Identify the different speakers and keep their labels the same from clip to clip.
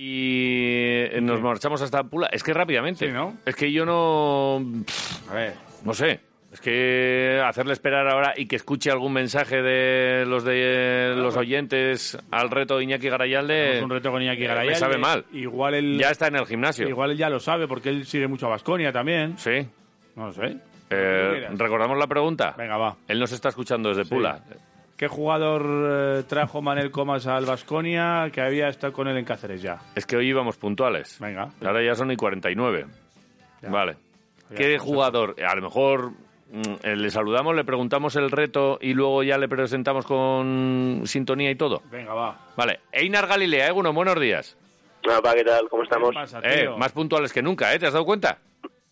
Speaker 1: Y eh, nos marchamos hasta Pula. Es que rápidamente.
Speaker 2: Sí, ¿no?
Speaker 1: Es que yo no.
Speaker 2: A ver.
Speaker 1: No sé. Es que hacerle esperar ahora y que escuche algún mensaje de los de los oyentes al reto de Iñaki Garayalde.
Speaker 2: Es pues. un reto con Iñaki
Speaker 1: eh,
Speaker 2: Garayalde.
Speaker 1: Me sabe mal.
Speaker 2: Igual él,
Speaker 1: Ya está en el gimnasio.
Speaker 2: igual él ya lo sabe porque él sigue mucho a Basconia también.
Speaker 1: Sí.
Speaker 2: No lo sé.
Speaker 1: Eh,
Speaker 2: quieras.
Speaker 1: ¿Recordamos la pregunta?
Speaker 2: Venga, va.
Speaker 1: Él nos está escuchando desde Pula.
Speaker 2: ¿Qué jugador eh, trajo Manel Comas al Basconia que había estado con él en Cáceres ya?
Speaker 1: Es que hoy íbamos puntuales.
Speaker 2: Venga.
Speaker 1: Ahora ya son y 49. Vale.
Speaker 2: Ya,
Speaker 1: ¿Qué
Speaker 2: perfecto.
Speaker 1: jugador? A lo mejor mm, eh, le saludamos, le preguntamos el reto y luego ya le presentamos con sintonía y todo.
Speaker 2: Venga, va.
Speaker 1: Vale. Einar Galilea, Eguno, buenos días.
Speaker 3: Hola, pa, ¿qué tal? ¿Cómo
Speaker 2: ¿Qué
Speaker 3: estamos?
Speaker 2: pasa,
Speaker 1: Eh,
Speaker 2: tío?
Speaker 1: más puntuales que nunca, ¿eh? ¿Te has dado cuenta?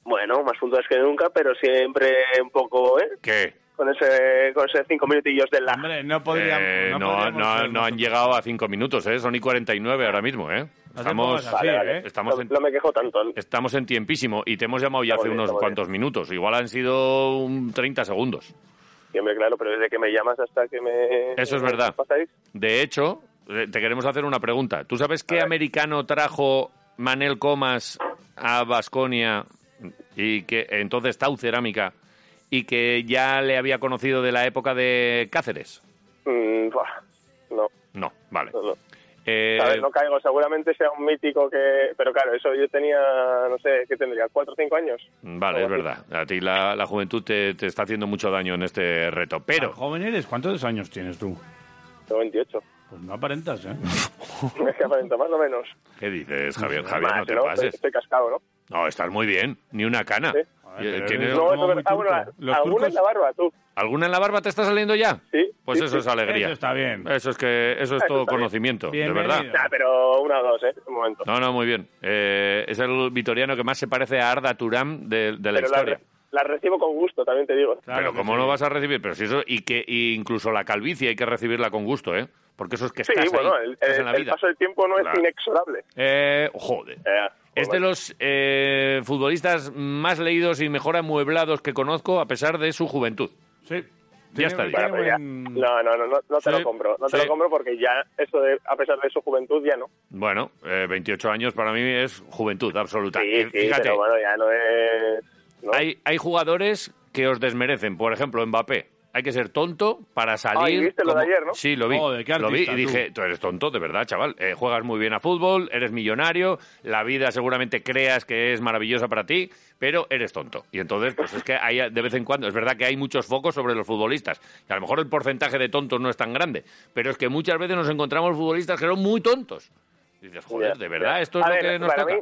Speaker 3: Bueno, más puntuales que nunca, pero siempre un poco, ¿eh?
Speaker 1: ¿Qué?
Speaker 3: Con ese, con ese cinco minutillos del lag.
Speaker 2: Hombre, no podríamos.
Speaker 1: Eh, no, no,
Speaker 2: podríamos ser
Speaker 1: no,
Speaker 2: más-
Speaker 1: han llegado a cinco minutos, ¿eh? Son y 49 ahora mismo, ¿eh?
Speaker 2: No te pongas
Speaker 1: Estamos,
Speaker 2: así,
Speaker 3: Vale, vale.
Speaker 2: ¿eh?
Speaker 1: estamos
Speaker 3: no,
Speaker 1: en...
Speaker 3: no me quejo tanto. ¿eh?
Speaker 1: Estamos en tiempísimo y te hemos llamado ya
Speaker 3: Está
Speaker 1: hace
Speaker 3: muy bien,
Speaker 1: unos
Speaker 3: está muy
Speaker 1: cuantos minutos. Igual han sido un 30 segundos.
Speaker 3: Siempre, claro, pero desde que me llamas hasta que me...
Speaker 1: Eso es verdad.
Speaker 3: pasáis.
Speaker 1: De hecho, eh, te queremos hacer una pregunta. ¿Tú sabes qué americano trajo Manel Comas a Basconia y que entonces Tau Cerámica y que ya le había conocido de la época de Cáceres?
Speaker 3: Mm, buah, no,
Speaker 1: No, vale.
Speaker 3: no, no.
Speaker 1: Eh,
Speaker 3: A ver, no caigo. Seguramente sea un mítico que... Pero claro, eso yo tenía, no sé, ¿qué tendría? ¿Cuatro o cinco años?
Speaker 1: Vale, es verdad. A ti la, la juventud te, te está haciendo mucho daño en este reto.
Speaker 2: Pero,
Speaker 1: Pero
Speaker 2: joven eres, ¿cuántos años tienes tú?
Speaker 3: Tengo 28.
Speaker 2: Pues no aparentas, ¿eh?
Speaker 3: Es que aparento más o menos.
Speaker 1: ¿Qué dices, Javier? Javier, no
Speaker 3: Más,
Speaker 1: te pases.
Speaker 3: Estoy cascado, ¿no?
Speaker 1: No, estás muy bien. Ni una cana.
Speaker 3: eh. Sí.
Speaker 1: Y-
Speaker 2: Joder,
Speaker 1: tiene-
Speaker 2: pero-
Speaker 3: No,
Speaker 2: como
Speaker 3: eso
Speaker 2: muy
Speaker 3: me... Ah, bueno,
Speaker 2: turco. Los
Speaker 3: alguna
Speaker 2: turcos-
Speaker 3: en la barba, tú.
Speaker 1: ¿Alguna en la barba te está saliendo ya?
Speaker 3: Sí,
Speaker 1: Pues
Speaker 3: sí,
Speaker 1: eso
Speaker 3: sí.
Speaker 1: es alegría.
Speaker 2: Eso está bien.
Speaker 1: Eso es que eso es
Speaker 3: Eso
Speaker 1: todo
Speaker 3: está
Speaker 1: conocimiento, de
Speaker 2: Bienvenido.
Speaker 1: verdad.
Speaker 3: Nah, pero una o dos, ¿eh? Un momento.
Speaker 1: No, no, muy bien. Eh, es el vitoriano que más se parece a Arda Turam de, de la
Speaker 3: pero
Speaker 1: historia.
Speaker 3: Las recibo con gusto, también te digo.
Speaker 2: Claro
Speaker 1: pero
Speaker 2: que
Speaker 1: cómo
Speaker 2: sí.
Speaker 1: no vas a recibir, pero si eso y que y incluso la calvicie hay que recibirla con gusto, ¿eh? Porque eso es que
Speaker 3: Sí,
Speaker 1: estás ahí,
Speaker 3: bueno, el,
Speaker 1: estás
Speaker 3: el-
Speaker 1: en la
Speaker 3: el
Speaker 1: vida.
Speaker 3: paso del tiempo no es
Speaker 1: Claro.
Speaker 3: inexorable.
Speaker 1: Eh, joder.
Speaker 3: Eh,
Speaker 1: Es de
Speaker 3: bueno,
Speaker 1: los eh, futbolistas más leídos y mejor amueblados que conozco a pesar de su juventud.
Speaker 2: Sí.
Speaker 1: Ya está
Speaker 2: Tiene-
Speaker 1: dicho.
Speaker 3: bueno, pues
Speaker 2: tiene
Speaker 3: ya.
Speaker 2: buen-
Speaker 3: No, no, no, no, no
Speaker 1: Sí,
Speaker 3: te lo compro. No te
Speaker 1: sí.
Speaker 3: lo compro porque ya, eso de, a pesar de su juventud, ya no.
Speaker 1: Bueno, eh, 28 años para mí es juventud absoluta.
Speaker 3: Sí,
Speaker 1: Eh,
Speaker 3: sí,
Speaker 1: Fíjate,
Speaker 3: pero bueno, ya no es. ¿no?
Speaker 1: Hay, hay jugadores que os desmerecen. Por ejemplo, Mbappé. Hay que ser tonto para salir.
Speaker 3: Ay, Ah, ¿viste lo de ayer, no?
Speaker 1: Sí, lo vi.
Speaker 2: Joder, qué
Speaker 1: lo vi y
Speaker 2: artista, tú.
Speaker 1: dije, tú eres tonto, de verdad, chaval. Eh, juegas muy bien a fútbol, eres millonario, la vida seguramente creas que es maravillosa para ti, pero eres tonto. Y entonces, pues es que hay de vez en cuando, es verdad que hay muchos focos sobre los futbolistas. Y a lo mejor el porcentaje de tontos no es tan grande, pero es que muchas veces nos encontramos futbolistas que son muy tontos. Y dices, joder,
Speaker 3: Ya,
Speaker 1: de verdad,
Speaker 3: ya.
Speaker 1: esto es
Speaker 3: A
Speaker 1: lo
Speaker 3: ver,
Speaker 1: que nos
Speaker 3: para
Speaker 1: toca.
Speaker 3: mí-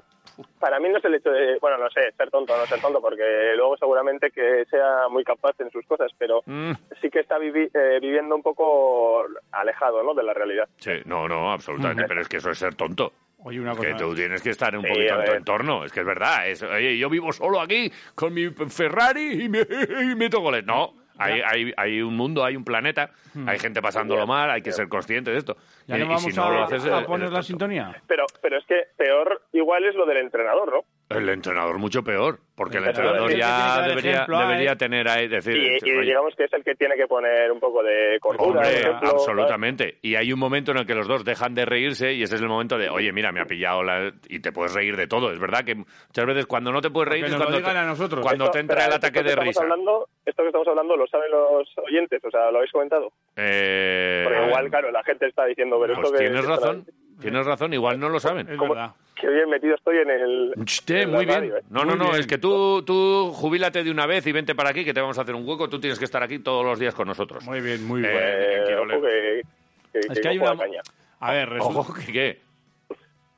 Speaker 3: para mí no es el hecho de, bueno, no sé, ser tonto o no ser tonto, porque luego seguramente que sea muy capaz en sus cosas, pero
Speaker 1: Mm.
Speaker 3: sí que está vivi- eh, viviendo un poco alejado, ¿no? De la realidad.
Speaker 1: Sí, no, no, absolutamente, pero es que eso es ser tonto.
Speaker 2: Oye, una
Speaker 1: Es que
Speaker 2: cosa.
Speaker 1: tú tienes que estar un
Speaker 3: Sí,
Speaker 1: poquito
Speaker 3: a
Speaker 1: en tu
Speaker 3: ver.
Speaker 1: entorno, es que es verdad. es, oye, yo vivo solo aquí con mi Ferrari y, me, y meto goles. No, hay, hay, hay un mundo, hay un planeta, hay gente pasándolo mal, hay que ser consciente de esto.
Speaker 2: Hmm. Ya
Speaker 1: Y-
Speaker 2: no
Speaker 1: y
Speaker 2: vamos
Speaker 1: si no
Speaker 2: a,
Speaker 1: lo haces, eh,
Speaker 2: a
Speaker 1: eres
Speaker 2: poner la
Speaker 1: tonto.
Speaker 2: sintonía.
Speaker 3: Pero, pero es que peor igual es lo del entrenador, ¿no?
Speaker 1: El entrenador mucho peor, porque el
Speaker 3: Pero
Speaker 1: entrenador
Speaker 3: es que
Speaker 2: tiene que
Speaker 1: ya
Speaker 2: dar
Speaker 1: debería,
Speaker 2: ejemplo a
Speaker 1: debería
Speaker 2: él.
Speaker 1: tener ahí, decir...
Speaker 3: y, y
Speaker 1: oye,
Speaker 3: digamos que es el que tiene que poner un poco de
Speaker 1: Hombre,
Speaker 3: cordura. por ejemplo,
Speaker 1: absolutamente. Y hay un momento en el que los dos dejan de reírse y ese es el momento de, oye, mira, me ha pillado la... y te puedes reír de todo. Es verdad que muchas veces cuando no te puedes reír es
Speaker 2: Que nos lo
Speaker 1: cuando,
Speaker 2: digan
Speaker 1: te,
Speaker 2: a nosotros. ¿eh?
Speaker 3: ¿sabes?
Speaker 1: cuando
Speaker 3: Esto-
Speaker 1: te entra
Speaker 3: espera,
Speaker 1: el
Speaker 3: esto
Speaker 1: ataque
Speaker 3: que
Speaker 1: de
Speaker 3: estamos
Speaker 1: risa.
Speaker 3: hablando- esto que estamos hablando lo saben los oyentes, o sea, lo habéis comentado.
Speaker 1: Eh,
Speaker 3: Porque igual, claro, la gente está diciendo, pero
Speaker 1: pues
Speaker 3: esto que...
Speaker 1: tienes
Speaker 3: que-
Speaker 1: razón, tienes razón, igual no lo saben.
Speaker 2: Es
Speaker 3: ¿Cómo?
Speaker 2: verdad.
Speaker 3: Que bien metido estoy en el...
Speaker 1: Chiste,
Speaker 3: en la
Speaker 1: muy bien.
Speaker 3: radio, ¿eh?
Speaker 1: No, no,
Speaker 2: Muy
Speaker 1: no,
Speaker 2: bien.
Speaker 1: es que tú, tú jubílate de una vez y vente para aquí que te vamos a hacer un hueco. Tú tienes que estar aquí todos los días con nosotros.
Speaker 2: Muy bien, muy
Speaker 1: Eh,
Speaker 2: bien.
Speaker 3: Eh,
Speaker 1: quiero
Speaker 3: ojo
Speaker 1: leer.
Speaker 3: que, que-
Speaker 2: es que
Speaker 3: que
Speaker 2: hay
Speaker 3: cojo
Speaker 2: una.
Speaker 3: la caña.
Speaker 2: A ver, resulta.
Speaker 1: Ojo, que qué.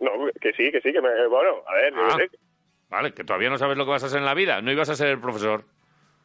Speaker 3: No, que sí, que sí, que me... Bueno, a ver, yo
Speaker 1: Ah.
Speaker 3: qué sé.
Speaker 1: Vale, que todavía no sabes lo que vas a hacer en la vida. No ibas a ser profesor.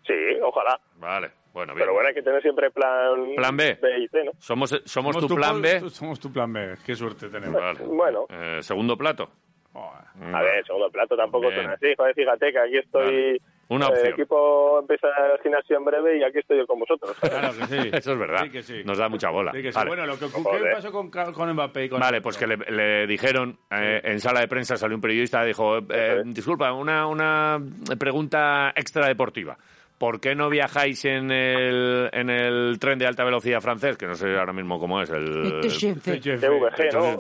Speaker 3: sí, ojalá.
Speaker 1: Vale, bueno, bien.
Speaker 3: Pero bueno, hay que tener siempre plan...
Speaker 1: Plan B.
Speaker 3: y C, ¿no?
Speaker 1: Somos, somos,
Speaker 2: Somos
Speaker 1: tu plan B.
Speaker 2: Somos tu plan B. Qué suerte tenemos. Oh,
Speaker 1: Vale.
Speaker 3: Bueno.
Speaker 1: Eh, segundo plato.
Speaker 2: Joder.
Speaker 3: A ver, segundo plato tampoco
Speaker 1: Bien.
Speaker 3: suena así. Joder, fíjate que aquí estoy.
Speaker 1: Vale. Una
Speaker 3: eh,
Speaker 1: opción.
Speaker 3: El equipo empieza el gimnasio en breve y aquí estoy yo con vosotros.
Speaker 2: Claro Ah, que sí.
Speaker 1: Eso es verdad.
Speaker 2: Sí que sí.
Speaker 1: Nos da mucha bola.
Speaker 2: Sí que sí.
Speaker 1: Vale.
Speaker 2: Bueno, lo que ocurrió
Speaker 3: Joder.
Speaker 2: pasó con, Ca- con Mbappé y con.
Speaker 1: Vale, pues que le, le dijeron eh, en sala de prensa salió un periodista dijo eh,
Speaker 3: Eso es.
Speaker 1: disculpa una una pregunta extra deportiva ¿Por qué no viajáis en el, en el tren de alta velocidad francés? Que no sé ahora mismo cómo es el...
Speaker 3: TVG, ¿no?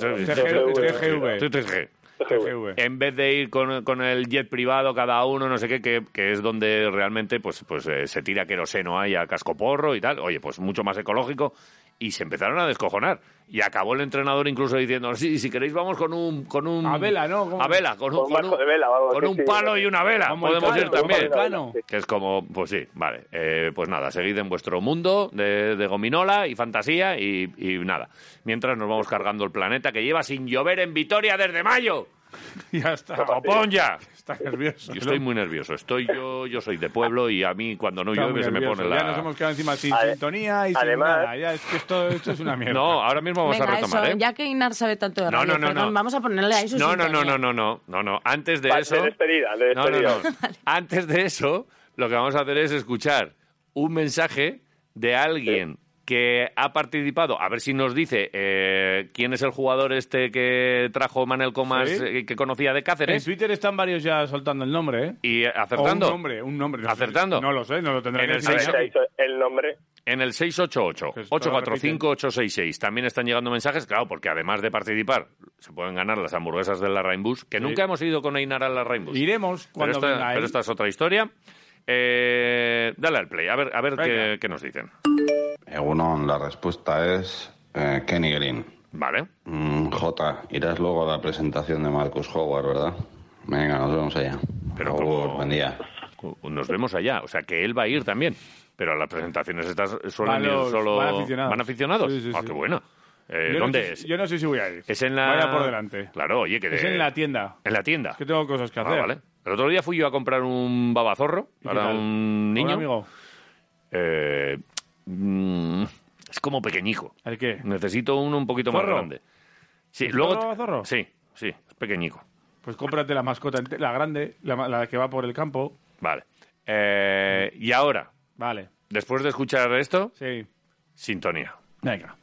Speaker 2: TGV.
Speaker 1: TGV.
Speaker 2: TGV.
Speaker 1: En vez de ir con, con el jet privado cada uno, no sé qué, que, que es donde realmente pues, pues eh, se tira queroseno ahí a cascoporro y tal. Oye, pues mucho más ecológico. Y se empezaron a descojonar. Y acabó el entrenador incluso diciendo, sí, si queréis vamos con un... Con un
Speaker 2: A vela, ¿no? ¿Cómo?
Speaker 1: A vela, con un,
Speaker 3: Con un barco de vela o algo
Speaker 1: con
Speaker 3: así,
Speaker 1: un
Speaker 3: sí,
Speaker 1: palo
Speaker 3: sí.
Speaker 1: y una vela.
Speaker 2: Como el
Speaker 1: Podemos
Speaker 2: cano,
Speaker 1: ir
Speaker 2: como
Speaker 1: también.
Speaker 2: el cano.
Speaker 1: Que es como, pues sí, vale. Eh, pues nada, seguid en vuestro mundo de, de gominola y fantasía y, y nada. Mientras nos vamos cargando el planeta que lleva sin llover en Vitoria desde mayo.
Speaker 2: Ya está.
Speaker 1: ¡Copón ya!
Speaker 2: Está nervioso.
Speaker 1: Eh. Yo estoy muy nervioso. Estoy yo, yo soy de pueblo y a mí cuando no
Speaker 2: Está muy
Speaker 1: llueve se me
Speaker 2: nervioso.
Speaker 1: pone la.
Speaker 2: Ya nos hemos quedado encima sin
Speaker 3: Ade-
Speaker 2: sintonía y
Speaker 3: además-
Speaker 2: sin nada. Ya, es que esto, esto es una mierda.
Speaker 1: No, ahora mismo vamos
Speaker 4: Venga,
Speaker 1: a retomar,
Speaker 4: eso,
Speaker 1: ¿eh?
Speaker 4: ya que Inar sabe tanto de
Speaker 1: No,
Speaker 4: radio,
Speaker 1: no, no,
Speaker 4: perdón,
Speaker 1: no.
Speaker 4: vamos a ponerle ahí su
Speaker 1: No, no, no,
Speaker 4: sintonía.
Speaker 1: no, no, no, no, no. Antes de
Speaker 3: Pa- de
Speaker 1: eso.
Speaker 3: despedida, de
Speaker 1: No, no, no.
Speaker 3: despedida.
Speaker 1: Antes de eso, lo que vamos a hacer es escuchar un mensaje de alguien que ha participado. A ver si nos dice eh, quién es el jugador este que trajo Manel Comas
Speaker 2: Sí.
Speaker 1: eh, que conocía de
Speaker 2: En
Speaker 1: Cáceres.
Speaker 2: Twitter están varios ya soltando el nombre, ¿eh?
Speaker 1: Y eh,
Speaker 2: O
Speaker 1: acertando.
Speaker 2: un nombre, un nombre. No sé.
Speaker 1: Acertando.
Speaker 2: No lo sé, no lo tendrá
Speaker 1: En
Speaker 2: que
Speaker 1: el
Speaker 2: decir.
Speaker 3: A ver,
Speaker 1: seis-
Speaker 2: ya.
Speaker 3: se ha dicho el nombre.
Speaker 1: En el 688-845-866. También están llegando mensajes, claro, porque además de participar, se pueden ganar las hamburguesas de la Rainbus, que nunca hemos ido con Einar a la Rainbus.
Speaker 2: Iremos
Speaker 1: pero,
Speaker 2: cuando
Speaker 1: esta,
Speaker 2: venga él.
Speaker 1: pero esta es otra historia. Eh, dale al play, a ver, a ver
Speaker 2: Venga.
Speaker 1: qué, qué nos dicen.
Speaker 5: Egunon, la respuesta es eh, Kenny Green.
Speaker 1: Vale.
Speaker 5: Mm, J, irás luego a la presentación de Marcus Howard, ¿verdad? Venga, nos vemos allá.
Speaker 1: Pero
Speaker 5: Agur,
Speaker 1: como-
Speaker 5: buen día.
Speaker 1: Nos vemos allá. O sea, que él va a ir también. Pero a las presentaciones estas suelen
Speaker 2: Van
Speaker 1: ir
Speaker 2: los-
Speaker 1: solo...
Speaker 2: van aficionados.
Speaker 1: ¿Van aficionados?
Speaker 2: Sí, sí,
Speaker 1: ah,
Speaker 2: sí.
Speaker 1: qué bueno. Eh,
Speaker 2: Yo no
Speaker 1: ¿Dónde
Speaker 2: sé
Speaker 1: es?
Speaker 2: si- Yo no sé si voy a ir.
Speaker 1: Es en la...
Speaker 2: Vaya por delante.
Speaker 1: Claro, oye, que...
Speaker 2: Es
Speaker 1: de-
Speaker 2: en la tienda.
Speaker 1: En la tienda.
Speaker 2: Es que tengo cosas que
Speaker 1: Ah,
Speaker 2: hacer.
Speaker 1: vale. El otro día fui yo a comprar un babazorro
Speaker 2: ¿Y qué
Speaker 1: para
Speaker 2: tal?
Speaker 1: un niño.
Speaker 2: Hola, amigo.
Speaker 1: Eh, mm, es como pequeñico.
Speaker 2: ¿El qué?
Speaker 1: Necesito uno un poquito más
Speaker 2: ¿Zorro?
Speaker 1: grande. Sí,
Speaker 2: ¿Es
Speaker 1: luego.
Speaker 2: zorro, babazorro?
Speaker 1: Sí, sí, es pequeñico.
Speaker 2: Pues cómprate la mascota, ente- la grande, la, ma- la que va por el campo.
Speaker 1: Vale.
Speaker 2: Mm.
Speaker 1: Eh, y ahora,
Speaker 2: Vale,
Speaker 1: después de escuchar esto,
Speaker 2: sí.
Speaker 1: sintonía.
Speaker 2: Venga.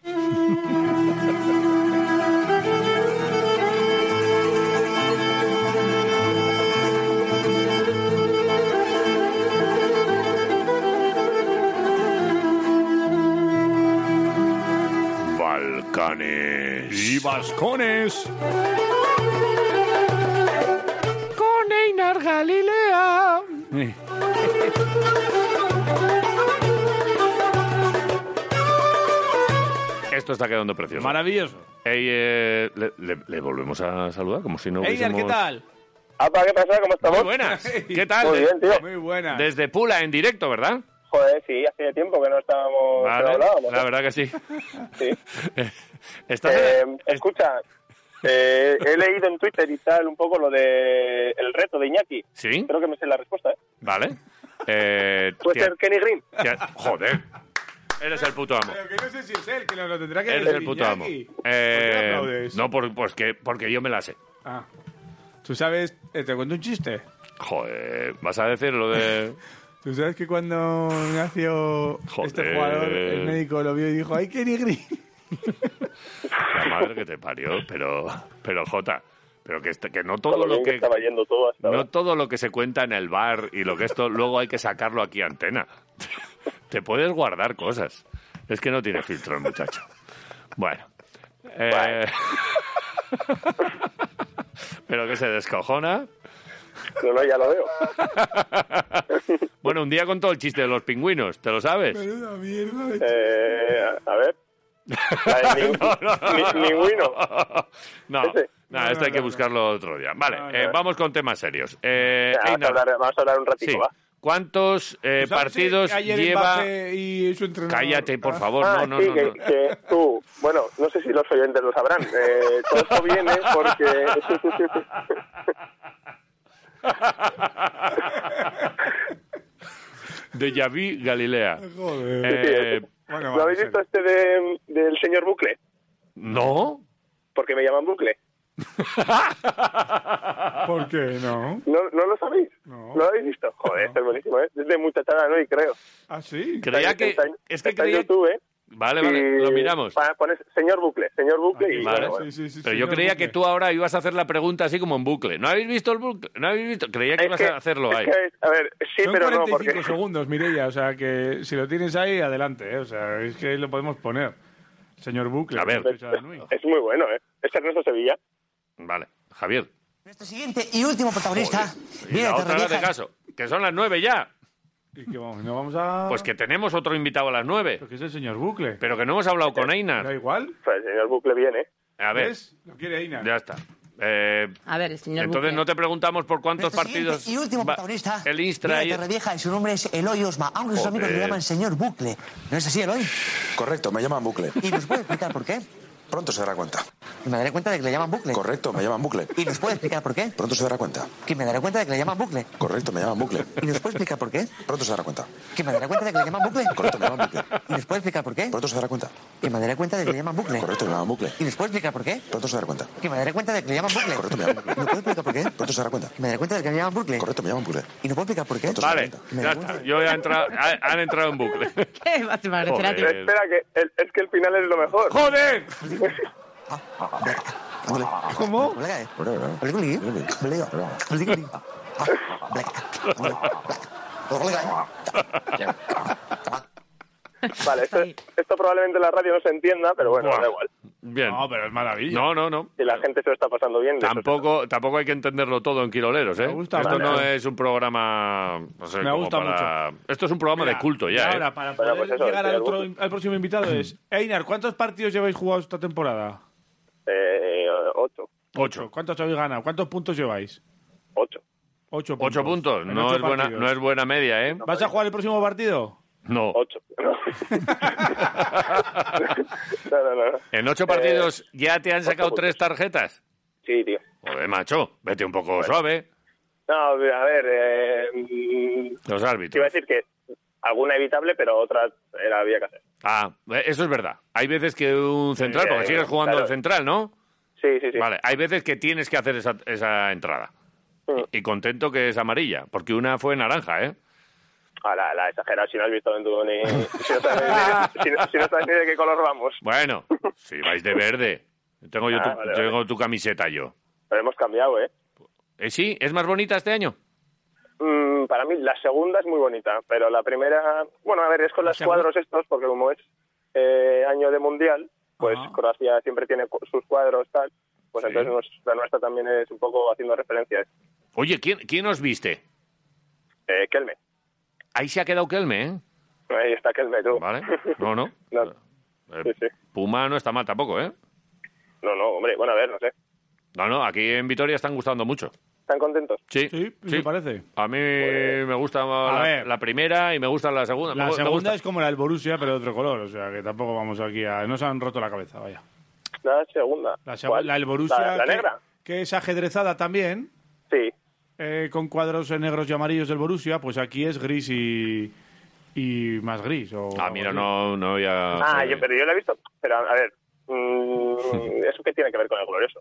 Speaker 1: Balcanes.
Speaker 2: Y Vascones.
Speaker 1: Con Einar Galilea. Esto está quedando precioso.
Speaker 2: Maravilloso.
Speaker 1: Ey, eh, le, le- le volvemos a saludar como si no
Speaker 2: Einar, ¿qué
Speaker 1: hubiésemos-
Speaker 2: tal?
Speaker 3: Apa, ¿qué pasa? ¿Cómo estamos?
Speaker 1: Muy buenas. ¿Qué tal?
Speaker 3: Muy bien, tío.
Speaker 2: Muy buena.
Speaker 1: Desde Pula en directo, ¿verdad?
Speaker 3: Joder, sí, hace tiempo que no estábamos... que no
Speaker 1: Vale,
Speaker 3: hablábamos,
Speaker 1: la
Speaker 3: ¿eh?
Speaker 1: verdad que sí.
Speaker 3: Sí.
Speaker 1: Estás-
Speaker 3: Eh,
Speaker 1: es-
Speaker 3: escucha, eh, he leído en Twitter y tal un poco lo de el reto de Iñaki.
Speaker 1: Sí.
Speaker 3: Creo que me sé la respuesta, ¿eh?
Speaker 1: Vale. Eh,
Speaker 3: Puede
Speaker 1: tía-
Speaker 3: ser Kenny Green.
Speaker 1: tía- joder. Eres el puto amo.
Speaker 2: Pero que no sé si es él, que nos lo tendrá que
Speaker 1: Eres
Speaker 2: decir
Speaker 1: el puto amo.
Speaker 2: Iñaki. ¿Por qué
Speaker 1: Eh,
Speaker 2: aplaudes?
Speaker 1: no, por, pues que, porque yo me la sé.
Speaker 2: Ah. Tú sabes, eh, te cuento un chiste.
Speaker 1: Joder, vas a decir lo de...
Speaker 2: Tú sabes que cuando nació
Speaker 1: Joder.
Speaker 2: este jugador, el médico lo vio y dijo, ¡ay, Kenny Green!
Speaker 1: La madre que te parió, pero, pero Jota, pero que, este- que no
Speaker 3: Con
Speaker 1: todo
Speaker 3: lo
Speaker 1: lo
Speaker 3: bien que
Speaker 1: que...
Speaker 3: estaba yendo todo hasta
Speaker 1: No
Speaker 3: ahora.
Speaker 1: todo lo que se cuenta en el bar y lo que esto luego hay que sacarlo aquí a antena. Te puedes guardar cosas. Es que no tiene filtro el muchacho. Bueno. Eh, Pero que se descojona.
Speaker 3: No, no, ya lo veo.
Speaker 1: Bueno, un día con todo el chiste de los pingüinos, ¿te lo sabes?
Speaker 2: Menuda mierda
Speaker 1: Este
Speaker 2: de chiste.
Speaker 3: Eh, a ver. La de Ning- Ni- Ninguno.
Speaker 1: No,
Speaker 3: Ese.
Speaker 1: no,
Speaker 2: No,
Speaker 1: esto
Speaker 2: no,
Speaker 1: hay que
Speaker 2: no,
Speaker 1: buscarlo otro día. Vale,
Speaker 2: No, no.
Speaker 1: eh, vamos con temas serios. Eh,
Speaker 3: Venga, Ah, Vamos a,
Speaker 1: Einar,
Speaker 3: hablar, vamos a hablar un ratito,
Speaker 1: sí.
Speaker 3: va.
Speaker 1: ¿Cuántos eh,
Speaker 2: ¿Sabes
Speaker 1: partidos
Speaker 2: si Pues, ah, ayer
Speaker 1: lleva...?
Speaker 2: Mbappé y su entrenador...
Speaker 1: Cállate, por
Speaker 2: Ah,
Speaker 1: favor.
Speaker 3: ah,
Speaker 1: Oh, no, no,
Speaker 3: sí,
Speaker 1: no,
Speaker 3: que,
Speaker 1: no.
Speaker 3: que tú, bueno, no sé si los oyentes lo sabrán. Eh, todo esto viene porque...
Speaker 1: De Yaví Galilea.
Speaker 2: Joder.
Speaker 1: Eh,
Speaker 2: Bueno,
Speaker 3: ¿Lo
Speaker 2: vale,
Speaker 3: habéis
Speaker 2: sí.
Speaker 3: visto este de- del señor Bucle?
Speaker 1: no.
Speaker 3: Porque me llaman Bucle.
Speaker 2: ¿Por qué no?
Speaker 3: ¿No, no lo sabéis?
Speaker 2: No.
Speaker 3: lo habéis visto? Joder, esto es buenísimo, ¿eh? Es de muchachada, ¿no? Y creo.
Speaker 2: ¿Ah, sí?
Speaker 1: Creía
Speaker 3: Está-
Speaker 1: que
Speaker 3: está en-
Speaker 1: es que
Speaker 3: está en
Speaker 1: creía,
Speaker 3: YouTube, ¿eh?
Speaker 1: Vale, vale,
Speaker 3: Y
Speaker 1: lo miramos.
Speaker 3: pa- pones señor bucle, señor bucle y
Speaker 1: Vale.
Speaker 3: bueno, bueno.
Speaker 2: Sí, sí, sí,
Speaker 1: Pero
Speaker 2: sí,
Speaker 1: yo
Speaker 2: no,
Speaker 1: creía
Speaker 2: porque-
Speaker 1: que tú ahora ibas a hacer la pregunta así como en bucle. ¿No habéis visto el bucle? ¿No habéis visto? Creía que
Speaker 3: Es
Speaker 1: ibas
Speaker 3: que-
Speaker 1: a hacerlo
Speaker 3: es
Speaker 1: ahí.
Speaker 3: que es- a ver, sí,
Speaker 2: Son
Speaker 3: pero no,
Speaker 2: 45
Speaker 3: porque...
Speaker 2: segundos, Mireia, o sea que si lo tienes ahí, adelante, ¿eh? o sea, es que ahí lo podemos poner. Señor Bucle,
Speaker 1: A ver.
Speaker 2: que escucha a Nui.
Speaker 3: Es muy bueno, ¿eh? Es Ernesto Sevilla.
Speaker 1: Vale, Javier.
Speaker 4: Nuestro siguiente y último protagonista
Speaker 1: Joder. Y
Speaker 4: viene
Speaker 1: la
Speaker 4: de
Speaker 1: otra no hace
Speaker 4: Torrevieja.
Speaker 1: caso. Que son las nueve ya.
Speaker 2: ¿Y qué vamos? ¿No vamos a...?
Speaker 1: Pues que tenemos otro invitado a las nueve.
Speaker 2: ¿Pero qué es el señor Bucle?
Speaker 1: Pero que no hemos hablado con
Speaker 2: ¿Da
Speaker 1: Einar.
Speaker 2: igual?
Speaker 3: O sea, el señor bucle viene.
Speaker 1: A ver,
Speaker 2: ¿Ves? Lo quiere Ina.
Speaker 1: ya está. Eh,
Speaker 6: A ver, el señor
Speaker 1: entonces
Speaker 6: Bucle.
Speaker 1: no te preguntamos por cuántos
Speaker 4: Nuestro siguiente
Speaker 1: partidos.
Speaker 4: Y último
Speaker 1: va-
Speaker 4: protagonista
Speaker 1: El Instra.
Speaker 4: viene de
Speaker 1: y-
Speaker 4: Torrevieja y su nombre es Eloy Osma, aunque sus amigos le
Speaker 1: Joder.
Speaker 4: llaman señor bucle. ¿No es así, Eloy?
Speaker 7: Correcto, me llaman bucle.
Speaker 4: ¿Y nos puede explicar por qué?
Speaker 7: Pronto se dará cuenta.
Speaker 4: Me daré cuenta de que le llaman bucle.
Speaker 7: Correcto, me llaman bucle.
Speaker 4: ¿Y nos puede explicar por qué?
Speaker 7: Pronto se dará cuenta.
Speaker 4: Que me daré cuenta de que le llaman bucle.
Speaker 7: Correcto, me llaman bucle.
Speaker 4: ¿Y nos puede explicar por qué?
Speaker 7: Pronto se dará cuenta.
Speaker 4: Que me daré cuenta de que le llaman bucle.
Speaker 7: Correcto, me llaman bucle.
Speaker 4: ¿Y nos puede explicar por qué?
Speaker 7: Pronto se dará cuenta.
Speaker 4: Que me daré cuenta de que le llaman bucle.
Speaker 7: Correcto, me llaman bucle.
Speaker 4: ¿Y nos puede explicar por qué?
Speaker 7: Pronto se dará cuenta.
Speaker 4: Que me daré cuenta de que le llaman bucle.
Speaker 7: Correcto, me llaman bucle.
Speaker 4: ¿Y nos puede explicar por qué?
Speaker 7: Pronto se dará cuenta.
Speaker 4: Que me daré cuenta de que le llaman bucle.
Speaker 7: Correcto, me llaman bucle.
Speaker 4: ¿Y nos puede explicar por qué?
Speaker 7: Correcto.
Speaker 1: Vale, ya está. Yo he entrado, ha- han entrado en bucle.
Speaker 6: ¿Qué va a te parecerá a ti?
Speaker 1: Joder.
Speaker 3: Pero espera, que el- es que el final es lo mejor.
Speaker 1: ¡Joder!
Speaker 2: ¿Cómo?
Speaker 4: Ah,
Speaker 3: Vale, esto,
Speaker 6: Ahí.
Speaker 3: esto probablemente en la radio no se entienda, pero bueno,
Speaker 1: Buah.
Speaker 3: da igual.
Speaker 1: Bien.
Speaker 2: No, pero es maravilla.
Speaker 1: No, no, no.
Speaker 3: Si la gente se lo está pasando bien. de eso se
Speaker 1: Tampoco, tampoco hay que entenderlo todo en quiroleros, ¿eh?
Speaker 2: Me gusta
Speaker 1: Esto
Speaker 2: mucho.
Speaker 1: no es un programa. No sé,
Speaker 2: Me
Speaker 1: como
Speaker 2: gusta
Speaker 1: para- Esto es un programa
Speaker 2: Mira,
Speaker 1: de culto
Speaker 2: y
Speaker 1: ya,
Speaker 2: Ahora,
Speaker 1: ¿eh?
Speaker 2: para
Speaker 3: Bueno,
Speaker 2: poder
Speaker 3: pues eso,
Speaker 2: llegar
Speaker 3: el
Speaker 2: al,
Speaker 3: señor
Speaker 2: otro, al próximo invitado es... Einar, ¿cuántos partidos lleváis jugados esta temporada?
Speaker 3: Eh, ocho.
Speaker 1: Ocho.
Speaker 2: ¿Cuántos habéis ganado? ¿Cuántos puntos lleváis?
Speaker 3: Ocho.
Speaker 2: Ocho puntos.
Speaker 1: Ocho puntos.
Speaker 2: En
Speaker 1: No
Speaker 2: ocho
Speaker 1: es, buena,
Speaker 2: partidos.
Speaker 1: no es buena media, ¿eh?
Speaker 2: ¿Vas a jugar el próximo partido?
Speaker 1: No.
Speaker 3: Ocho. No, no, no. no.
Speaker 1: En ocho partidos ya te han sacado
Speaker 3: Eh, puntos.
Speaker 1: tres tarjetas.
Speaker 3: Sí, tío.
Speaker 1: Joder, macho. Vete un poco suave.
Speaker 3: No, a ver, eh, mm,
Speaker 1: Los
Speaker 3: te iba a
Speaker 1: árbitros.
Speaker 3: decir que alguna evitable, pero otra era había que hacer.
Speaker 1: Ah, eso es verdad. Hay veces que un central,
Speaker 3: Sí, eh,
Speaker 1: porque sigues jugando
Speaker 3: claro.
Speaker 1: de central, ¿no?
Speaker 3: Sí, sí, sí.
Speaker 1: Vale, hay veces que tienes que hacer esa, esa entrada.
Speaker 3: Mm.
Speaker 1: Y, y contento que es amarilla, porque una fue naranja, ¿eh?
Speaker 3: A Ah, la, la exagerado, si no has visto en tu ni. Si no sabes ni, de- si no- si no sabes ni de qué color vamos.
Speaker 1: Bueno, si vais de verde. Tengo yo
Speaker 3: Ah,
Speaker 1: tu,
Speaker 3: vale,
Speaker 1: tengo tu camiseta yo.
Speaker 3: Pero hemos cambiado, ¿eh?
Speaker 1: Eh, sí, es más bonita este año.
Speaker 3: Mm, para mí la segunda es muy bonita, pero la primera, bueno, a ver, es con los
Speaker 2: segunda?
Speaker 3: cuadros estos, porque como es eh, año de mundial, pues
Speaker 2: Ajá.
Speaker 3: Croacia siempre tiene cu- sus cuadros tal, pues
Speaker 1: Sí.
Speaker 3: entonces nos- la nuestra también es un poco haciendo referencias.
Speaker 1: Oye, ¿quién, quién os viste?
Speaker 3: Eh, Kelme,
Speaker 1: Ahí se ha quedado Kelme, ¿eh?
Speaker 3: ahí está Kelme, tú.
Speaker 1: Vale. No, no.
Speaker 3: No,
Speaker 1: Eh,
Speaker 3: Sí, sí.
Speaker 1: Puma no está mal tampoco, ¿eh?
Speaker 3: no, no, hombre, bueno, a ver, no sé,
Speaker 1: No, no, aquí en Vitoria están gustando mucho.
Speaker 3: ¿están contentos?
Speaker 1: Sí,
Speaker 2: Sí, me parece.
Speaker 1: A mí
Speaker 3: Pues-
Speaker 1: me gusta la,
Speaker 2: ver.
Speaker 1: la primera y me gusta la segunda. Me
Speaker 2: La
Speaker 1: gu- me gusta.
Speaker 2: segunda es como la del Borussia, pero de otro color. O sea, que tampoco vamos aquí a... No se han roto la cabeza, vaya.
Speaker 3: La segunda.
Speaker 2: La, seg-
Speaker 3: ¿Cuál?
Speaker 2: la del Borussia...
Speaker 3: ¿La, la
Speaker 2: que-
Speaker 3: negra?
Speaker 2: Que es ajedrezada también,
Speaker 3: Sí.
Speaker 2: eh, con cuadros en negros y amarillos del Borussia. Pues aquí es gris y... Y más gris. O,
Speaker 1: Ah, mira, no, no había...
Speaker 3: Ah, yo, pero yo la he visto, pero a a ver, mm, ¿eso qué tiene que ver con el glorioso?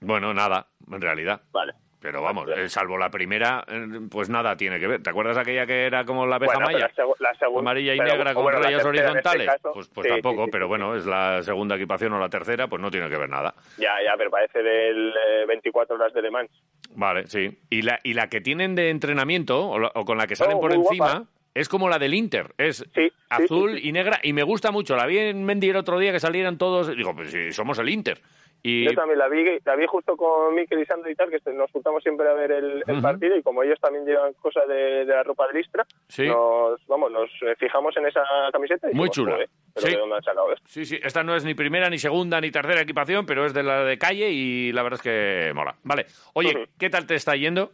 Speaker 1: Bueno, nada, en realidad.
Speaker 3: Vale.
Speaker 1: Pero vamos, eh, salvo la primera, eh, pues nada tiene que ver. ¿Te acuerdas aquella que era como la abeja
Speaker 3: Bueno, pero
Speaker 1: maya?
Speaker 3: la segu- la segun-
Speaker 1: Amarilla y
Speaker 3: pero,
Speaker 1: negra con
Speaker 3: bueno, la
Speaker 1: rayas
Speaker 3: tercera en este
Speaker 1: horizontales.
Speaker 3: caso,
Speaker 1: pues pues
Speaker 3: sí,
Speaker 1: tampoco,
Speaker 3: sí, sí,
Speaker 1: pero
Speaker 3: sí.
Speaker 1: bueno, es la segunda equipación o la tercera, pues no tiene que ver nada.
Speaker 3: Ya, ya, pero parece del eh, 24 horas de Le Mans.
Speaker 1: Vale, sí. Y la, y la que tienen de entrenamiento, o, la- o con la que salen
Speaker 3: Oh,
Speaker 1: por
Speaker 3: muy
Speaker 1: encima,
Speaker 3: guapa.
Speaker 1: es como la del Inter. Es
Speaker 3: sí,
Speaker 1: azul
Speaker 3: sí,
Speaker 1: y negra. Y me gusta mucho. La vi en Mendy el otro día que salieron todos. y Digo, pues sí, somos el Inter. Y
Speaker 3: Yo también la vi, la vi justo con Mikel y Sandro y tal, que se- nos juntamos siempre a ver el, el
Speaker 1: Ujú.
Speaker 3: partido y como ellos también llevan cosas de, de la ropa de Listra,
Speaker 1: Sí.
Speaker 3: nos, vamos, nos eh, fijamos en esa camiseta y
Speaker 1: Muy
Speaker 3: dijimos,
Speaker 1: chula.
Speaker 3: "Joder, pero
Speaker 1: Sí.
Speaker 3: ¿de dónde han sacado esto?".
Speaker 1: Sí, sí, esta no es ni primera, ni segunda, ni tercera equipación, pero es de la de calle y la verdad es que mola. Vale. Oye,
Speaker 3: Ujú.
Speaker 1: ¿qué tal te está yendo?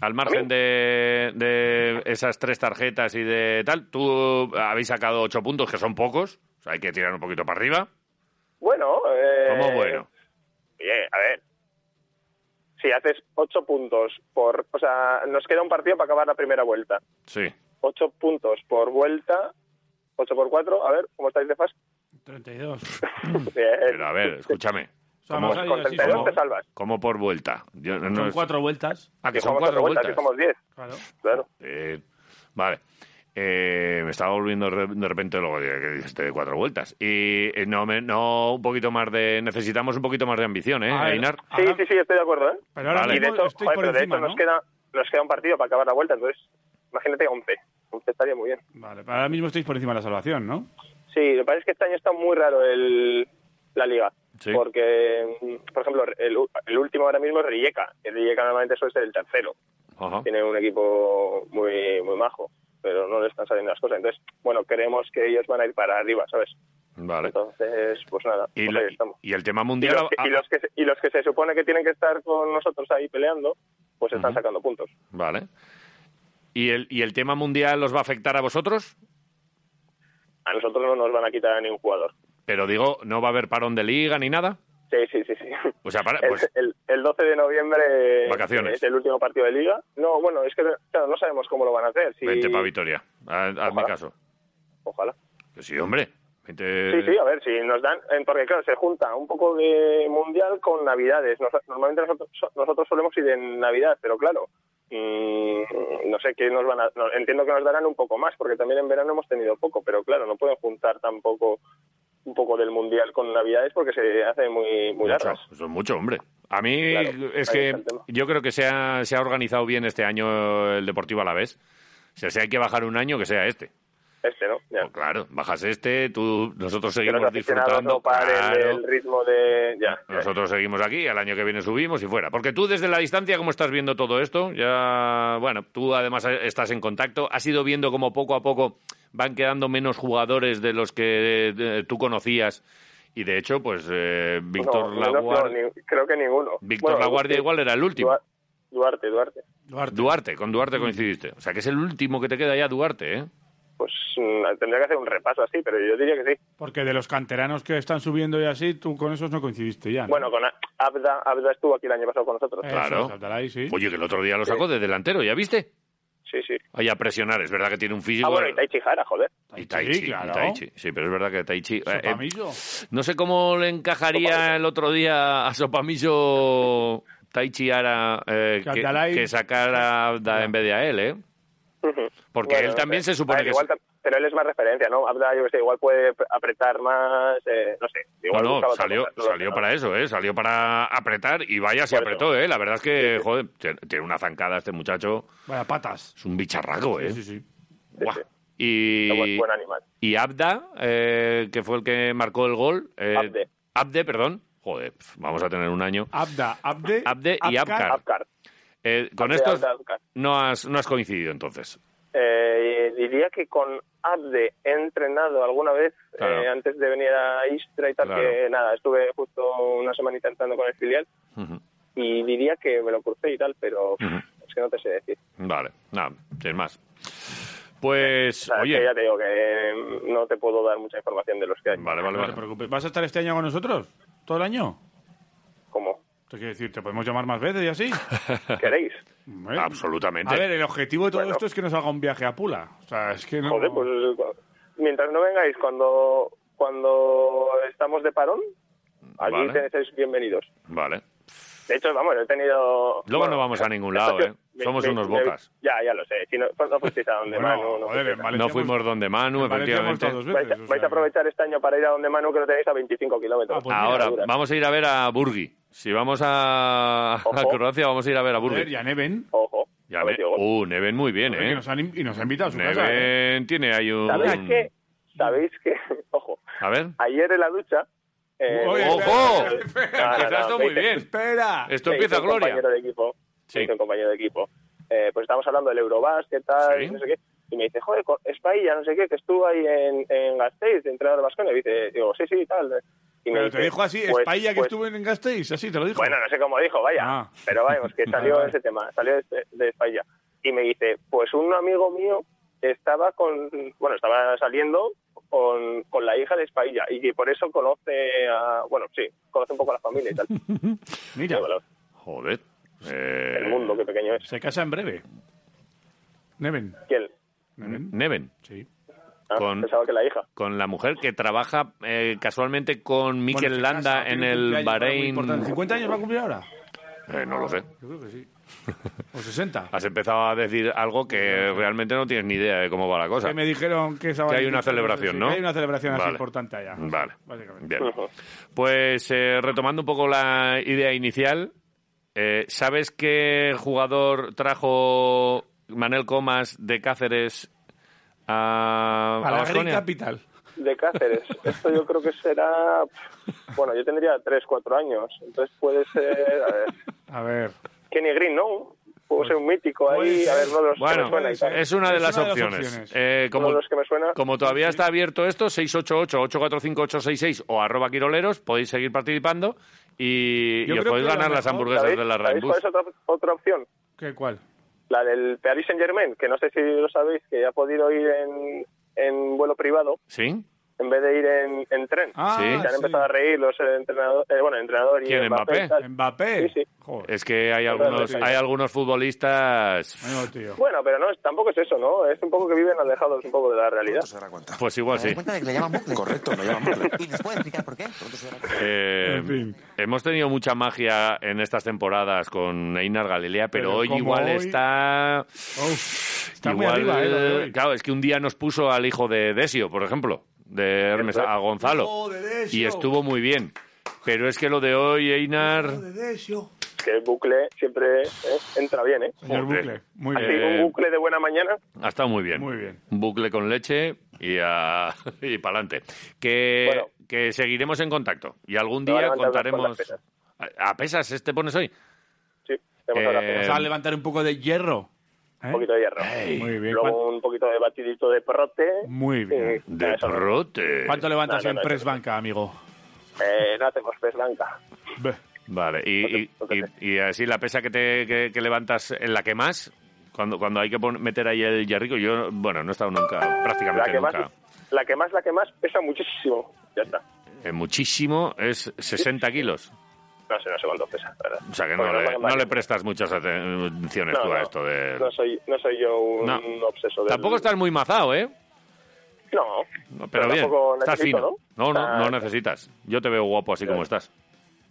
Speaker 1: Al margen de, de esas tres tarjetas y de tal, tú habéis sacado ocho puntos, que son pocos, o sea, hay que tirar un poquito para arriba.
Speaker 3: Bueno, eh,
Speaker 1: ¿Cómo bueno?
Speaker 3: Bien, a ver. Si haces ocho puntos por... O sea, nos queda un partido para acabar la primera vuelta.
Speaker 1: Sí.
Speaker 3: Ocho puntos por vuelta. Ocho por cuatro. A ver, ¿cómo estáis de fase?
Speaker 2: 32.
Speaker 3: Bien.
Speaker 1: Pero a ver, escúchame. ¿Cómo,
Speaker 2: Vamos a ir
Speaker 3: Con
Speaker 2: así,
Speaker 3: 32
Speaker 2: como-
Speaker 3: te salvas.
Speaker 1: cómo por vuelta? Yo no- no
Speaker 2: Son
Speaker 1: es-
Speaker 2: cuatro vueltas.
Speaker 1: Ah, que
Speaker 3: Que
Speaker 1: son
Speaker 3: somos
Speaker 1: cuatro
Speaker 3: otra vuelta, que
Speaker 1: vueltas.
Speaker 3: somos diez.
Speaker 2: Claro.
Speaker 3: Claro.
Speaker 1: Eh, vale. eh, me estaba volviendo re- de repente luego de, que dices, te doy cuatro vueltas. Y eh, no, me, no, un poquito más de. Necesitamos un poquito más de ambición, ¿eh,
Speaker 2: A ver,
Speaker 1: Einar?
Speaker 2: ahora-
Speaker 3: Sí, sí, sí, estoy de acuerdo, ¿eh?
Speaker 2: Pero ahora
Speaker 1: Vale.
Speaker 3: Y de
Speaker 2: mismo
Speaker 3: hecho,
Speaker 2: estoy
Speaker 3: joder,
Speaker 2: por
Speaker 3: pero de
Speaker 2: encima,
Speaker 3: hecho
Speaker 2: ¿no?
Speaker 3: nos, queda, nos queda un partido para acabar la vuelta, entonces imagínate 11. 11 estaría muy bien.
Speaker 2: Vale, ahora mismo estáis por encima de la salvación, ¿no?
Speaker 3: Sí, me parece que este año está muy raro el, la liga.
Speaker 1: Sí.
Speaker 3: Porque, mm, por ejemplo, el, u- el último ahora mismo es Rijeka. El Rijeka normalmente suele ser el tercero.
Speaker 1: Ajá.
Speaker 3: Tiene un equipo muy, muy majo, pero no le están saliendo las cosas. Entonces, bueno, creemos que ellos van a ir para arriba, ¿sabes?
Speaker 1: Vale.
Speaker 3: Entonces, pues nada,
Speaker 1: Y,
Speaker 3: pues
Speaker 1: la-
Speaker 3: ahí estamos.
Speaker 1: y el tema
Speaker 3: Y
Speaker 1: mundial.
Speaker 3: los, que,
Speaker 1: ah,
Speaker 3: y, los que, se- y los que se supone que tienen que estar con nosotros ahí peleando, pues están
Speaker 1: Ujú.
Speaker 3: sacando puntos.
Speaker 1: Vale. ¿Y el, ¿Y el tema mundial os va a afectar a vosotros?
Speaker 3: A nosotros no nos van a quitar a ningún jugador.
Speaker 1: Pero digo, ¿no va a haber parón de liga ni nada?
Speaker 3: Sí, sí, sí, sí.
Speaker 1: O sea, para,
Speaker 3: El,
Speaker 1: pues,
Speaker 3: el- el 12 de noviembre
Speaker 1: Vacaciones.
Speaker 3: es el último partido de liga. No, bueno, es que claro, no sabemos cómo lo van a hacer. Si...
Speaker 1: vente para Vitoria. Ha- Hazme
Speaker 3: Ojalá.
Speaker 1: caso.
Speaker 3: Ojalá.
Speaker 1: Que sí, hombre. Vente-
Speaker 3: Sí, sí, a ver, si nos dan, eh, porque claro, se junta un poco de mundial con navidades. Nos- normalmente nosotros, so- nosotros solemos ir en navidad, pero claro, mm, no sé qué nos van a, no, entiendo que nos darán un poco más, porque también en verano hemos tenido poco, pero claro, no pueden juntar tampoco un poco del mundial con navidades porque se hace muy, muy
Speaker 1: Mucho,
Speaker 3: largas.
Speaker 1: eso es mucho, hombre. A mí
Speaker 3: Claro,
Speaker 1: es
Speaker 3: ahí
Speaker 1: que
Speaker 3: está el tema.
Speaker 1: yo creo que se ha, se ha organizado bien este año el Deportivo a la vez. O sea, si hay que bajar un año, que sea este.
Speaker 3: Este, ¿no? Ya.
Speaker 1: Pues claro, bajas este, tú, nosotros
Speaker 3: Que los
Speaker 1: seguimos
Speaker 3: aficionados
Speaker 1: disfrutando.
Speaker 3: no paren
Speaker 1: claro.
Speaker 3: del ritmo de... Ya, ya.
Speaker 1: Nosotros seguimos aquí, al año que viene subimos y fuera. Porque tú desde la distancia, ¿cómo estás viendo todo esto? Ya, bueno, tú además estás en contacto. ¿Has ido viendo cómo poco a poco van quedando menos jugadores de los que eh, tú conocías? Y de hecho, pues eh, Víctor
Speaker 3: No, no,
Speaker 1: Laguar-
Speaker 3: no, ni- creo que ninguno.
Speaker 1: Víctor
Speaker 3: Bueno,
Speaker 1: Laguardia
Speaker 3: sí.
Speaker 1: igual era el último.
Speaker 3: Duar- Duarte, Duarte.
Speaker 2: Duarte.
Speaker 1: Duarte, con Duarte coincidiste. O sea, que es el último que te queda ya Duarte, ¿eh?
Speaker 3: Pues mm, tendría que hacer un repaso así, pero yo diría que sí.
Speaker 2: Porque de los canteranos que están subiendo y así, tú con esos no coincidiste ya. ¿no?
Speaker 3: Bueno, con A- Abda, Abda estuvo aquí el año pasado con nosotros.
Speaker 2: Eso,
Speaker 1: claro.
Speaker 2: Abdalai, sí.
Speaker 1: Oye, que el otro día lo sacó de delantero, ¿ya viste?
Speaker 3: Sí, sí.
Speaker 1: Ahí a presionar, es verdad que tiene un físico... Ah,
Speaker 3: Ah, bueno, y Taichi Hara, joder.
Speaker 1: Y Taichi,
Speaker 2: Sí, claro.
Speaker 1: y Taichi. Sí, pero es verdad que Taichi... eh, eh,
Speaker 2: Sopamillo.
Speaker 1: no sé cómo le encajaría el otro día a Sopamillo Taichi Ara eh,
Speaker 2: Que
Speaker 1: que,
Speaker 2: Abdalai-
Speaker 1: que sacara a Abda en vez de a él, ¿eh? Porque
Speaker 3: Bueno,
Speaker 1: él
Speaker 3: no
Speaker 1: también
Speaker 3: sé.
Speaker 1: se supone
Speaker 3: A ver,
Speaker 1: que...
Speaker 3: igual
Speaker 1: es-
Speaker 3: tam- pero él es más referencia, ¿no? Abda, yo que sé, igual puede ap- apretar más, eh, no sé. Igual
Speaker 1: No,
Speaker 3: buscaba
Speaker 1: no,
Speaker 3: otra
Speaker 1: salió,
Speaker 3: cosa, no lo sé,
Speaker 1: salió
Speaker 3: ¿no?
Speaker 1: para eso, ¿eh? Salió para apretar y vaya, se
Speaker 3: Por eso.
Speaker 1: apretó, ¿eh? La verdad es que, joder, te- tiene una zancada este muchacho.
Speaker 2: Vaya patas.
Speaker 1: Es un bicharraco, ¿eh?
Speaker 2: Sí, sí.
Speaker 1: Buah.
Speaker 3: sí. Pero
Speaker 1: Y,
Speaker 3: Buen, buen animal.
Speaker 1: y Abda, eh, que fue el que marcó el gol. eh,
Speaker 3: Abde.
Speaker 1: Abde, perdón. Joder, pf, vamos a tener un año.
Speaker 2: Abda, Abde,
Speaker 1: Abde y Abkar.
Speaker 3: Abkar.
Speaker 1: Eh, con
Speaker 3: Abde,
Speaker 1: estos
Speaker 3: Abda, Abkar.
Speaker 1: no has, no has coincidido entonces.
Speaker 3: Eh, diría que con Abde he entrenado alguna vez
Speaker 1: Claro.
Speaker 3: eh, antes de venir a Istra y tal,
Speaker 1: Claro.
Speaker 3: que nada, estuve justo una semanita entrando con el filial
Speaker 1: Ujú.
Speaker 3: y diría que me lo crucé y tal, pero es que no te sé decir.
Speaker 1: Vale, nada, sin más. Pues,
Speaker 3: O sea,
Speaker 1: oye,
Speaker 3: que ya te digo que mm, no te puedo dar mucha información de los que hay.
Speaker 1: vale, vale,
Speaker 2: No te
Speaker 1: vale.
Speaker 2: preocupes. ¿Vas a estar este año con nosotros? ¿Todo el año?
Speaker 3: Como
Speaker 2: Te quiero decir, te podemos llamar más veces y así.
Speaker 3: queréis.
Speaker 2: Hombre.
Speaker 1: Absolutamente.
Speaker 2: A ver, el objetivo de todo
Speaker 3: Bueno.
Speaker 2: esto es que nos haga un viaje a Pula. O sea, es que no.
Speaker 3: Joder, pues cu- mientras no vengáis cuando cuando estamos de parón, aquí
Speaker 1: Vale.
Speaker 3: tenéis- sois bienvenidos.
Speaker 1: Vale.
Speaker 3: De hecho, vamos, he tenido...
Speaker 1: Luego no vamos a ningún lado, ¿eh? Somos unos bocas.
Speaker 3: ya, ya lo sé. Si no, pues no fuisteis a donde
Speaker 2: Bueno,
Speaker 3: Manu.
Speaker 2: joder,
Speaker 3: No, fuisteis a-
Speaker 2: en Valencia pues,
Speaker 1: no fuimos
Speaker 2: hemos-
Speaker 1: donde Manu,
Speaker 2: en Valencia hemos
Speaker 1: efectivamente.
Speaker 2: estado dos
Speaker 3: vais,
Speaker 2: veces,
Speaker 3: a,
Speaker 2: o
Speaker 3: vais a
Speaker 2: sea,
Speaker 3: aprovechar este año para ir a donde Manu, que lo tenéis a 25 kilómetros.
Speaker 2: Ah, pues mira,
Speaker 1: Ahora,
Speaker 3: Dura.
Speaker 1: vamos a ir a ver a Burgi. Si vamos a, a
Speaker 3: Ojo.
Speaker 1: Croacia, vamos a ir a ver a
Speaker 2: Joder,
Speaker 1: Burgi.
Speaker 2: ya Neven.
Speaker 3: Ojo.
Speaker 1: Ya
Speaker 3: a ver,
Speaker 1: ve-
Speaker 3: Diego.
Speaker 1: Uh, Neven muy bien,
Speaker 2: que
Speaker 1: ¿eh?
Speaker 2: nos han in- y nos ha invitado a
Speaker 3: Pues
Speaker 2: su casa. ¿eh?
Speaker 1: Neven tiene ahí un...
Speaker 3: ¿Sabéis qué? ¿Sabéis qué? Ojo.
Speaker 1: A ver.
Speaker 3: Ayer en la ducha... eh,
Speaker 2: Oye,
Speaker 1: ¡Ojo!
Speaker 2: espera, espera,
Speaker 3: No, no,
Speaker 1: Empieza
Speaker 3: no,
Speaker 1: esto
Speaker 3: me
Speaker 1: muy
Speaker 3: hice-
Speaker 1: bien.
Speaker 2: Espera.
Speaker 1: Esto
Speaker 3: Me hizo
Speaker 1: empieza
Speaker 3: un
Speaker 1: Gloria.
Speaker 3: compañero de equipo.
Speaker 1: Sí.
Speaker 3: me hizo un compañero de equipo. Eh, pues estábamos hablando del Eurobas, qué tal,
Speaker 1: Sí.
Speaker 3: no sé qué. Y me dice, joder, co- es Pailla, no sé qué, que estuvo ahí en, en Gasteiz, de entrenador de Vasconia. Y dice, digo, sí, sí, tal. eh, Y me
Speaker 2: Pero te
Speaker 3: dice,
Speaker 2: dijo así,
Speaker 3: pues-
Speaker 2: Espailla que
Speaker 3: pues-
Speaker 2: estuve en Gasteiz, así te lo dijo.
Speaker 3: Bueno, no sé cómo dijo, vaya.
Speaker 2: Ah.
Speaker 3: Pero vamos, que
Speaker 2: Vale,
Speaker 3: salió
Speaker 2: vale.
Speaker 3: ese tema, salió de, de España. Y me dice, pues un amigo mío estaba con, bueno, estaba saliendo con, con la hija de España y que por eso conoce a, bueno, sí, conoce un poco a la familia y tal.
Speaker 2: Mira,
Speaker 3: Bueno,
Speaker 1: Joder. Eh,
Speaker 3: el mundo, qué pequeño es.
Speaker 2: se casa en breve. Neven.
Speaker 3: ¿Quién?
Speaker 2: Neven.
Speaker 1: Neven,
Speaker 2: Sí.
Speaker 3: Ah,
Speaker 1: Con-
Speaker 3: Pensaba que la hija.
Speaker 1: con la mujer que trabaja eh, casualmente con
Speaker 2: Bueno,
Speaker 1: Mikel
Speaker 2: se
Speaker 1: Landa
Speaker 2: casa,
Speaker 1: en
Speaker 2: tiene
Speaker 1: el
Speaker 2: cumpleaños, ahora muy
Speaker 1: Bahrein.
Speaker 2: importante. ¿50 años va a cumplir ahora?
Speaker 1: Eh, no lo sé.
Speaker 2: Yo creo que sí. o 60.
Speaker 1: Has empezado a decir algo que realmente no tienes ni idea de cómo va la cosa.
Speaker 2: Que me dijeron que esa
Speaker 1: Que hay
Speaker 2: vaina-
Speaker 1: una celebración,
Speaker 2: sí,
Speaker 1: ¿no?
Speaker 2: que hay una celebración así
Speaker 1: Vale. Mm.
Speaker 2: importante allá.
Speaker 1: Vale.
Speaker 2: Básicamente.
Speaker 1: Bien. Pues eh, retomando un poco la idea inicial, eh, ¿sabes qué jugador trajo Manel Comas de Cáceres a,
Speaker 2: A
Speaker 1: a
Speaker 2: la Grey
Speaker 1: Baskonia?
Speaker 2: Capital.
Speaker 3: De Cáceres. Esto yo creo que será. Bueno, yo tendría 3-4 años. Entonces puede ser. A ver,
Speaker 2: A ver.
Speaker 3: Kenny Green, ¿no? Pudo ser un mítico
Speaker 2: Pues puede
Speaker 3: ahí.
Speaker 2: ser.
Speaker 3: A ver, uno de los que me
Speaker 1: Bueno,
Speaker 3: Pues suena y
Speaker 1: es una
Speaker 3: tal.
Speaker 1: de
Speaker 2: Es
Speaker 1: las
Speaker 2: una de las
Speaker 1: opciones.
Speaker 2: opciones.
Speaker 1: Eh, como,
Speaker 3: Uno de los que me suena.
Speaker 1: como todavía está abierto esto, 688-845-866 o arroba quiroleros, podéis seguir participando y,
Speaker 2: Yo
Speaker 1: y os
Speaker 2: creo
Speaker 1: podéis
Speaker 2: que a lo
Speaker 1: ganar las
Speaker 2: mejor,
Speaker 1: hamburguesas
Speaker 3: ¿Sabéis,
Speaker 1: de la
Speaker 3: ¿sabéis
Speaker 1: Rainbus.
Speaker 3: cuál es otra, otra opción?
Speaker 2: ¿Qué cuál?
Speaker 3: La del Paris Saint Germain, que no sé si lo sabéis, que ha podido ir en, en vuelo privado
Speaker 1: ¿Sí?
Speaker 3: en vez de ir en, en tren.
Speaker 2: Ah,
Speaker 1: Sí.
Speaker 3: Y se han
Speaker 2: sí.
Speaker 3: empezado a reír los entrenadores, bueno, el entrenador y
Speaker 1: ¿Quién,
Speaker 3: el
Speaker 1: Mbappé?
Speaker 3: y tal.
Speaker 2: Mbappé.
Speaker 3: Sí, sí.
Speaker 2: Joder.
Speaker 1: Es que hay algunos, hay algunos futbolistas
Speaker 2: Menudo tío.
Speaker 3: Bueno, pero no, es- tampoco es eso, ¿no? Es un poco que viven alejados un poco de la realidad.
Speaker 7: Pronto se dará cuenta.
Speaker 1: Pues
Speaker 4: ¿Te
Speaker 1: igual
Speaker 4: das
Speaker 1: sí.
Speaker 4: cuenta de que le llaman bucle?
Speaker 7: Correcto, lo llaman bucle.
Speaker 4: ¿Y nos puede explicar por qué?
Speaker 7: Pronto se dará cuenta.
Speaker 1: Eh,
Speaker 2: En fin.
Speaker 1: Hemos tenido mucha magia en estas temporadas con Einar Galilea, pero,
Speaker 2: Pero
Speaker 1: hoy
Speaker 2: como
Speaker 1: igual
Speaker 2: hoy-
Speaker 1: está...
Speaker 2: Uf, está muy
Speaker 1: igual,
Speaker 2: arriba, eh, lo de hoy.
Speaker 1: Claro, es que un día nos puso al hijo de Desio, por ejemplo, de Hermes, a Gonzalo.
Speaker 2: Hijo de Desio.
Speaker 1: Y estuvo muy bien. Pero es que lo de hoy, Einar...
Speaker 2: Joder, Desio.
Speaker 3: Que el bucle siempre eh, entra bien, ¿eh?
Speaker 2: Señor
Speaker 1: Joder.
Speaker 2: Bucle, muy
Speaker 3: Así,
Speaker 2: bien.
Speaker 1: Eh,
Speaker 3: un bucle de buena mañana.
Speaker 1: Ha estado muy bien.
Speaker 2: Muy bien.
Speaker 1: Un bucle con leche y, a- y para adelante. Que,
Speaker 3: Bueno.
Speaker 1: que seguiremos en contacto. Y algún
Speaker 3: Te va a
Speaker 1: día
Speaker 3: levantar con
Speaker 1: contaremos...
Speaker 3: las pesas.
Speaker 1: ¿A a pesas este pones hoy?
Speaker 3: Sí, tenemos ahora
Speaker 1: Eh,
Speaker 2: Vamos a levantar un poco de hierro. ¿eh?
Speaker 3: un poquito de hierro.
Speaker 2: Muy bien. ¿Cuán-
Speaker 3: Luego un poquito de batidito de perrote.
Speaker 2: Muy bien.
Speaker 3: Y-
Speaker 1: De
Speaker 3: eso no.
Speaker 1: trote.
Speaker 2: ¿Cuánto levantas
Speaker 3: no, no,
Speaker 2: en
Speaker 3: no,
Speaker 2: press
Speaker 3: no.
Speaker 2: banca, amigo?
Speaker 3: Eh, no hacemos pez blanca.
Speaker 2: Ve.
Speaker 1: Vale, y, y-
Speaker 3: Porque- porque-
Speaker 1: y- y así la pesa que, te, que, que levantas en la que más, cuando, cuando hay que pon- meter ahí el yarrico, yo, bueno, no he estado nunca,
Speaker 3: La
Speaker 1: prácticamente
Speaker 3: que, más,
Speaker 1: nunca.
Speaker 3: la que más, la que más pesa muchísimo. Ya está.
Speaker 1: Eh, muchísimo, es 60 kilos.
Speaker 3: No sé, no sé cuánto pesa, la verdad.
Speaker 1: O sea que
Speaker 3: Porque
Speaker 1: no, le,
Speaker 3: pagan
Speaker 1: no le
Speaker 3: varios.
Speaker 1: prestas muchas atenciones
Speaker 3: No,
Speaker 1: tú a
Speaker 3: no.
Speaker 1: esto de...
Speaker 3: No soy, no soy yo un
Speaker 1: No.
Speaker 3: obseso de.
Speaker 1: Tampoco estás muy mazado, ¿eh?
Speaker 3: No, Eh,
Speaker 1: No, pero bien,
Speaker 3: tampoco
Speaker 1: estás
Speaker 3: necesito,
Speaker 1: fino.
Speaker 3: ¿no?
Speaker 1: No, no,
Speaker 3: Ah,
Speaker 1: no
Speaker 3: Está-
Speaker 1: necesitas. Yo te veo guapo así como estás.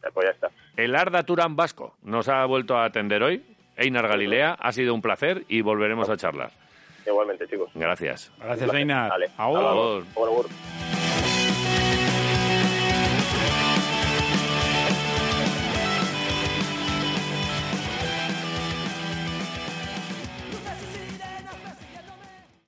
Speaker 3: Eh, Pues ya está.
Speaker 1: El Arda Turán Vasco nos ha vuelto a atender hoy. Einar Galilea, ha sido un placer y volveremos a charlar.
Speaker 3: Igualmente, chicos.
Speaker 1: Gracias.
Speaker 2: Gracias, Reina.
Speaker 3: Vale.
Speaker 2: Ahora.
Speaker 1: Agur.
Speaker 3: Agur, agur.
Speaker 2: Agur.